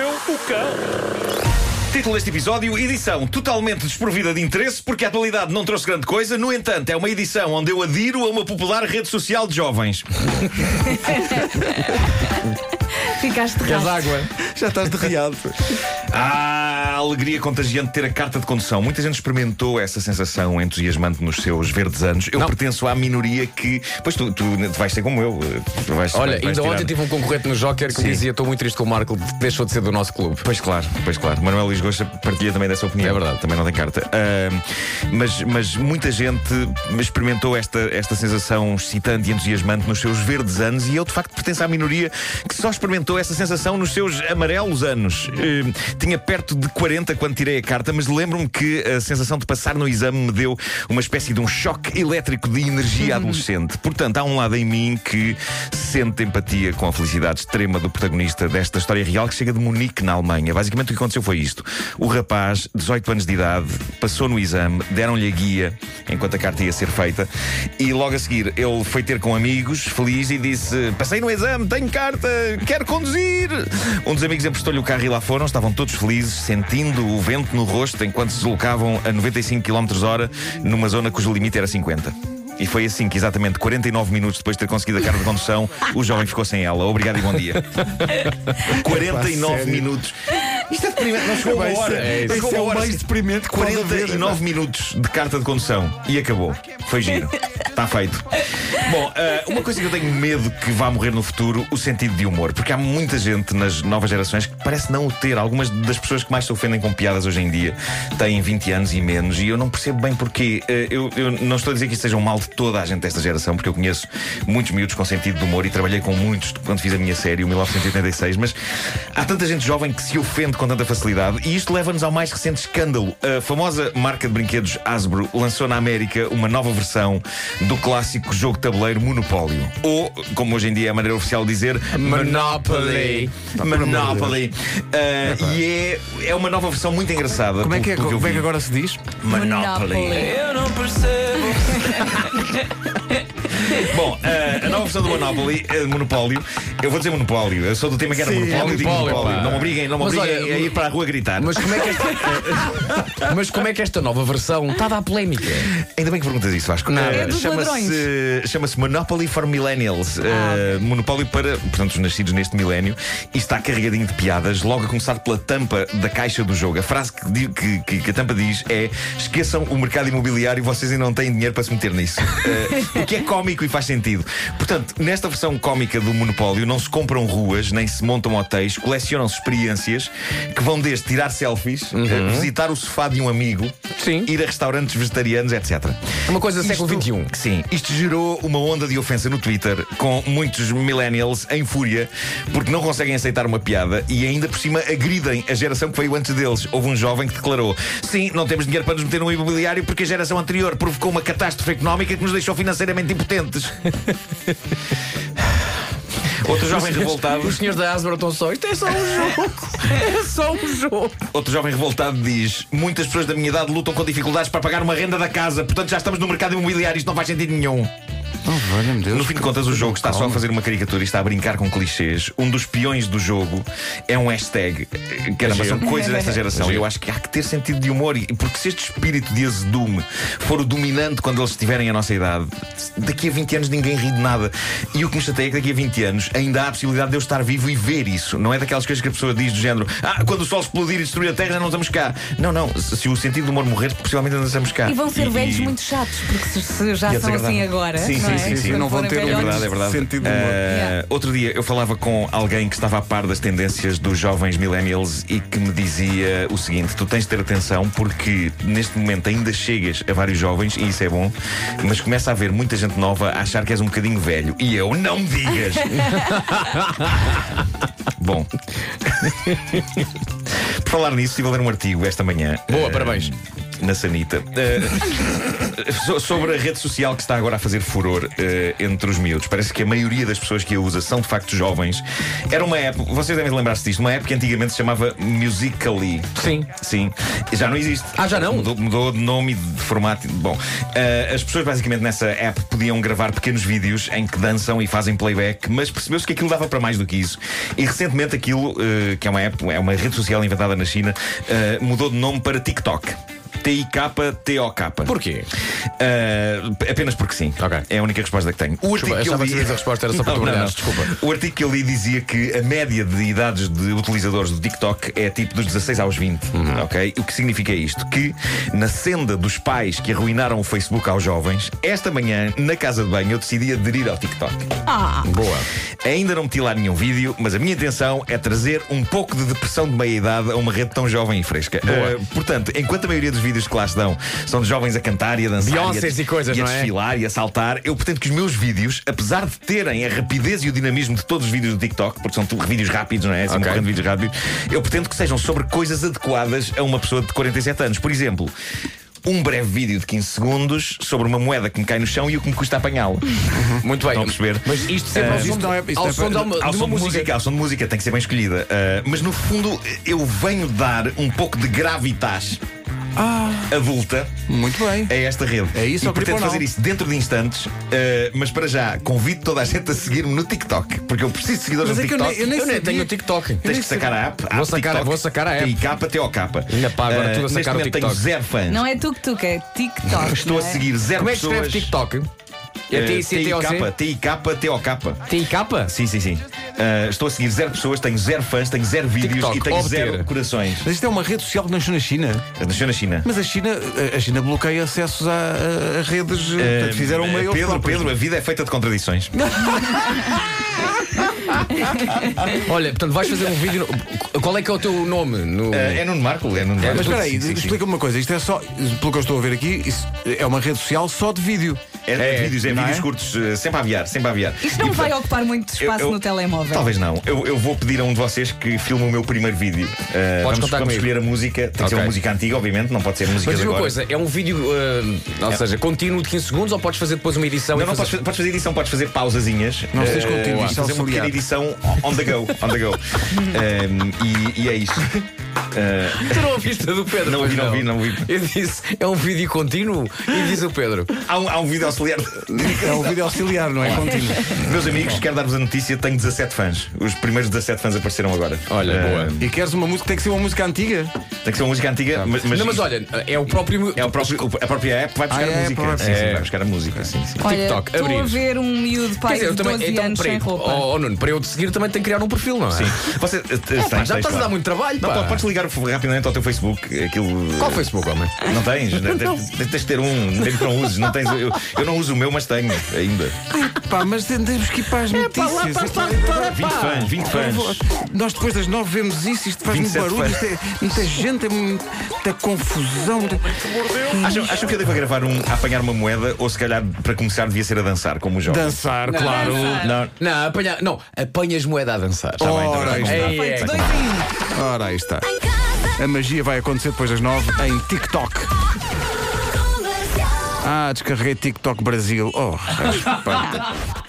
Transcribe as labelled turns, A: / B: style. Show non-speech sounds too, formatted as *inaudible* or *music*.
A: época.
B: Título deste episódio: edição totalmente desprovida de interesse, porque a atualidade não trouxe grande coisa. No entanto, é uma edição onde eu adiro a uma popular rede social de jovens.
C: Ficaste de
D: Queres
C: rastro.
D: água?
E: Já estás derriado.
B: Ah, a alegria contagiante de ter a carta de condução. Muita gente experimentou essa sensação entusiasmante nos seus verdes anos. Eu pertenço à minoria que. Pois tu, tu vais ser como eu. eh, Vais,
D: Olha,
B: vais
D: ainda ontem
B: tirar-
D: tive um concorrente no Joker que
B: Sim.
D: dizia: Estou muito triste com o Marco, deixou de ser do nosso clube.
B: Pois claro, pois claro. Manuel Luís Gosta partilha também dessa opinião.
D: É verdade.
B: Também não tem carta. Ahm, mas, mas muita gente experimentou esta, esta sensação excitante e entusiasmante nos seus verdes anos e eu, de facto, pertenço à minoria que só experimentou essa sensação nos seus amarelos anos. Ahm, tinha perto de 40 quando tirei a carta, mas lembro-me que a sensação de passar no exame me deu uma espécie de um choque elétrico de energia adolescente. Portanto, há um lado em mim que sente empatia com a felicidade extrema do protagonista desta história real que chega de Munique, na Alemanha. Basicamente, o que aconteceu foi isto: o rapaz, 18 anos de idade, passou no exame, deram-lhe a guia enquanto a carta ia ser feita, e logo a seguir ele foi ter com amigos, feliz, e disse: Passei no exame, tenho carta, quero conduzir. Um dos amigos emprestou-lhe o carro e lá foram, estavam todos felizes, sentindo o vento no rosto enquanto se deslocavam a 95 km hora numa zona cujo limite era 50. E foi assim que, exatamente 49 minutos depois de ter conseguido a carta de condução, o jovem ficou sem ela. Obrigado e bom dia. 49
E: sério?
B: minutos. Isto é deprimente, não chegou uma hora.
D: é isso.
B: Não chegou
E: Esse é
B: uma
E: o
B: hora.
E: mais deprimente que pode haver. é?
B: 49 minutos de carta de condução e acabou. Foi giro. Está feito. Bom, ah, uma coisa que eu tenho medo que vá morrer no futuro, o sentido de humor. Porque há muita gente nas novas gerações que parece não o ter. Algumas das pessoas que mais se ofendem com piadas hoje em dia têm 20 anos e menos. E eu não percebo bem porquê. Ah, eu, eu não estou a dizer que isto seja um mal de toda a gente desta geração, porque eu conheço muitos miúdos com sentido de humor e trabalhei com muitos quando fiz a minha série, o 1986. Mas há tanta gente jovem que se ofende com tanta facilidade. E isto leva-nos ao mais recente escândalo. A famosa marca de brinquedos Hasbro lançou na América uma nova versão do clássico jogo de tabuleiro Monopólio. Ou, como hoje em dia é a maneira oficial de dizer,
D: Monopoly.
B: Monopoly. Ah, e é, é uma nova versão muito engraçada.
E: Como é que, é,
B: pelo- pelo
E: como é
B: eu
E: que
B: vi.
E: agora se diz?
B: Monopoly.
A: Eu não percebo.
B: Bom, eh, a nova versão do Monopoly, eh, Monopólio, eu vou dizer Monopólio, eu sou do tema que era
E: Sim,
B: Monopólio,
D: é
B: digo
D: Monopólio,
B: Monopólio.
D: pá.
B: Não me obriguem, não me
D: Mas
B: obriguem
D: olha,
B: a ir para a rua gritar.
D: Mas como, é que
E: *laughs*
D: esta, mas como é que esta nova versão está a dar polémica?
B: Ainda bem que perguntas isso, Vasco.
D: Nada.
B: Eh,
C: É dos Ah,
B: Chama-se chama Monopoly for Millennials. Eh, monopólio para, portanto, os nascidos neste milénio. E está carregadinho de piadas, logo a começar pela tampa da caixa do jogo. A frase que, di- que- que- que a tampa diz é: esqueçam o mercado imobiliário, vocês ainda não têm dinheiro para se meter
C: *laughs*
B: nisso. Eh, o que é cómico e faz sentido. Portanto, nesta versão cómica do Monopólio, não se compram ruas, nem se montam hotéis, colecionam-se experiências que vão desde tirar selfies, eh, visitar o sofá de um amigo,
D: Uhum. Sim.
B: ir a restaurantes vegetarianos, etc.
D: É uma coisa do
B: Isto-
D: século XXI.
B: Sim, isto gerou uma onda de ofensa no Twitter com muitos millennials em fúria porque não conseguem aceitar uma piada e ainda por cima agridem a geração que veio antes deles. Houve um jovem que declarou: Sim, não temos dinheiro para nos meter no imobiliário porque a geração anterior provocou uma catástrofe económica que nos deixou financeiramente impotentes. Outro jovem
E: Ah,
B: revoltado.
D: Os senhores da Hasbro estão só. Isto é só um jogo. É só um jogo.
B: Outro jovem revoltado diz: Muitas pessoas da minha idade lutam com dificuldades para pagar uma renda da casa, portanto já estamos no mercado imobiliário, isto não faz sentido nenhum.
E: Oh, valha-me Deus.
B: No fim de contas, o jogo está só a fazer uma caricatura e está a brincar com clichês. Um dos peões do jogo é um hashtag. Caramba, são coisas desta geração. E eu acho que há que ter sentido de humor. e- Porque se este espírito de azedume for o dominante quando eles estiverem à nossa idade, daqui a 20 anos ninguém ri de nada. E o que me chateia é que daqui a 20 anos ainda há a possibilidade de eu estar vivo e ver isso. Não é daquelas coisas que a pessoa diz do género: Ah, quando o sol explodir e destruir a terra, já não estamos cá. Não, não. Se o sentido do humor morrer, possivelmente ainda estamos cá.
C: E vão ser
B: E-
C: velhos
B: e-
C: muito chatos, porque se, se já
B: E
C: são assim
B: desagradável.
C: agora.
B: Sim,
C: não
B: sim,
C: é?
B: sim, sim.
C: Quando
E: Não vão
C: forem
E: ter um
B: É
C: velhotes. Ah,
B: verdade, é verdade.
E: Sentido de
B: Eh,
E: humor.
C: Yeah.
B: Outro dia eu falava com alguém que estava a par das tendências dos jovens millennials e que me dizia o seguinte: tu tens de ter atenção porque neste momento ainda chegas a vários jovens, e isso é bom, mas começa a haver muita gente nova a achar que és um bocadinho velho. E eu, não me
C: *laughs*
B: digas! bom. Por falar nisso, estive a ler um artigo esta manhã.
D: Boa,
B: eh,
D: parabéns.
B: na sanita. Eh, so- sobre a rede social que está agora a fazer furor eh, entre os miúdos. Parece que a maioria das pessoas que a usa são de facto jovens. Era uma app, vocês devem lembrar-se disto, uma app que antigamente se chamava Musically.
D: Sim.
B: Sim. Já não existe.
D: Ah, já não?
B: Mudou, mudou de nome e de formato. Bom, eh, as pessoas basicamente nessa app podiam gravar pequenos vídeos em que dançam e fazem playback, mas percebeu-se que aquilo dava para mais do que isso. E recentemente aquilo, eh, que é uma app, é uma rede social inventada na China, eh, mudou de nome para TikTok. T-I-K-T-O-K.
D: Porquê?
B: Eh, apenas porque sim.
D: Ok.
B: É a única resposta que tenho. O artigo que eu
D: achava
B: li-
D: que tinhas a resposta, era só para
B: Não,
D: tu
B: não,
D: brilhares,
B: não.
D: desculpa.
B: O artigo que eu li dizia que a média de idades de utilizadores do TikTok é tipo dos 16 aos 20.
D: Uhum.
B: Ok? O que significa isto? Que na senda dos pais que arruinaram o Facebook aos jovens, esta manhã, na casa de banho, eu decidi aderir ao TikTok.
C: Ah,
D: Boa.
B: Ainda não meti lá nenhum vídeo, mas a minha intenção é trazer um pouco de depressão de meia-idade a uma rede tão jovem e fresca.
D: Boa.
B: Eh, portanto, enquanto a maioria dos vídeos que lá estão são de jovens a cantar e a dançar,
D: Beyoncés
B: e,
D: e coisas,
B: a
D: não é?
B: desfilar e a saltar, eu pretendo que os meus vídeos, apesar de terem a rapidez e o dinamismo de todos os vídeos do TikTok, porque são tu- vídeos rápidos, não é? São
D: Ok.
B: morrendo de vídeos rápidos, eu pretendo que sejam sobre coisas adequadas a uma pessoa de 47 anos. Por exemplo. Um breve vídeo de 15 segundos sobre uma moeda que me cai no chão e o que me custa apanhá-la.
D: Muito bem.
B: Estão a perceber?
D: Mas isto sempre
B: Eh,
D: ao som,
E: isto
D: de,
E: não é- isto
D: ao
E: é-
D: som de uma, de
B: Ao
D: uma
B: som de
D: música.
B: música, ao som de música tem que ser bem escolhida. Ah, mas no fundo, eu venho dar um pouco de gravitas
D: Ah.
B: adulta
E: Muito bem.
B: a esta rede.
E: É isso,
B: e
E: ao
B: pretendo
E: Criponal.
B: fazer isso dentro de instantes, ah, mas para já convido toda a gente a seguir-me no TikTok, porque eu preciso de seguidores
E: Mas
B: no
E: é que eu
B: TikTok.
E: nem- eu nem
D: Eu nem
E: sabia.
D: tenho o TikTok.
B: Tens que sacar a app.
D: Vou sacar- vou sacar a app.
B: E capa até ao capa.
D: Ainda pá, agora
B: Ah,
D: tudo a
B: neste
D: sacar o
B: momento
D: TikTok.
B: tenho zero fãs.
C: não é tuk-tuk, é TikTok.
B: Estou a
C: não é?
B: seguir zero
D: Como é que
B: pessoas. eh,
D: escreve TikTok? É
B: TIK,
D: T-I-C-T-O-C?
B: TIK, TOK.
D: T-I-K?
B: Sim, sim, sim. Ah, estou a seguir zero pessoas, tenho zero fãs, tenho zero vídeos
D: TikTok,
B: e tenho
D: obter.
B: zero corações.
E: Mas isto é uma rede social que nasceu na China.
B: Nasceu na China.
E: Mas a China, a- a China bloqueia acessos a, a- a redes. eh, portanto, fizeram um
B: Ah,
E: uma eles
B: Pedro,
E: próprios.
B: Pedro, a vida é feita de contradições.
D: Olha, portanto, vais fazer um vídeo. no- Qual é que é o teu nome? No...
B: Ah, é Nuno Marco, é Nuno Marco.
E: Mas espera aí,
B: Sim, sim, sim.
E: explica-me uma coisa. Isto é só, pelo que eu estou a ver aqui, isso é uma rede social só de vídeo.
B: É, é de vídeos, é
E: não
B: vídeos
E: é?
B: curtos, eh, sempre a aviar, sempre a aviar.
C: Isto não
B: E,
C: vai
B: portanto,
C: ocupar muito espaço
B: eu- eu-
C: no telemóvel.
B: Talvez não. Eu, eu vou pedir a um de vocês que filme o meu primeiro vídeo. Ah,
D: Podes
B: vamos
D: contar
B: vamos
D: comigo.
B: escolher a música. Tem que ser
D: Ok.
B: uma música antiga, obviamente, não pode ser música
D: Mas
B: de
D: diz uma
B: agora. É.
D: coisa, é um vídeo, ah, ou seja, contínuo de 15 segundos ou podes fazer depois uma edição
B: Não,
D: e
B: não podes,
D: fazer...
B: fa- podes fazer edição, podes fazer pausazinhas.
E: Não sejas
B: Eh,
E: contínuo,
B: e
E: isto é
B: fazer uma
E: auxiliar.
B: pequena edição on- on the go. On the
D: *laughs*
B: go. Eh, e, e é isto. Eh,
D: *laughs* Tu não ouviste a do Pedro?
B: Não ouvi,
D: pois
B: não ouvi, não ouvi.
D: *laughs* Eu disse, é um vídeo contínuo e diz o Pedro.
B: Há um, há um vídeo auxiliar.
E: É o vídeo auxiliar, não é? Contínuo.
B: Meus amigos, quero dar-vos a notícia: tenho 17 fãs. Os primeiros 17 fãs apareceram agora.
D: Olha,
B: Eh,
D: boa. Tá.
E: E queres uma música, tem que ser uma música antiga.
B: Tem que ser uma música antiga, mas, mas
D: não, mas
B: isto
D: olha, é o próprio.
B: é o próprio, a própria app vai buscar
E: Ah, é
B: a
E: a
B: música.
E: própria-
B: Sim, sim,
D: É.
B: vai buscar a música. Sim, sim.
C: Olha,
D: TikTok,
C: estou
D: abrir.
C: a ver um miúdo pai de 12
B: então,
C: anos sem
D: peraí.
C: roupa.
D: é Oh, oh, Nuno, para eu decidir também tenho que criar um perfil, não é?
B: Sim. Você, eh, tem-
D: Pá,
B: tens,
D: já
B: tens,
D: estás a
B: claro.
D: dar muito trabalho,
B: Não,
D: pá.
B: po- podes ligar rapidamente ao teu Facebook. Aquilo,
D: Qual o Facebook, homem?
B: Não tens?
D: *laughs*
B: Tens- Tens de ter um, mesmo que não uses. Não tens, eu, eu não uso o meu, mas tenho ainda.
E: Pá, mas temos que ir para as notícias.
B: 20 fãs, 20
E: Eu
B: fãs.
E: vou- Nós depois das nove vemos isso, isto faz muito
B: 27
E: barulho, isto é, muita gente, é muita confusão.
B: Acham, acham que eu devo gravar um a apanhar uma moeda ou se calhar para começar devia ser a dançar, como o jovem?
E: Dançar, claro.
C: Dançar.
B: Não,
D: Não, apanha, não, apanhas moeda a dançar.
B: tá bem, tá
E: Ora,
B: bem, tá
E: aí
B: bem.
E: está.
D: Ei, ei,
C: Perfeito, dois em um.
E: Ora, aí está. A magia vai acontecer depois das nove em TikTok. Ah, descarreguei TikTok Brasil. Oh, respeito.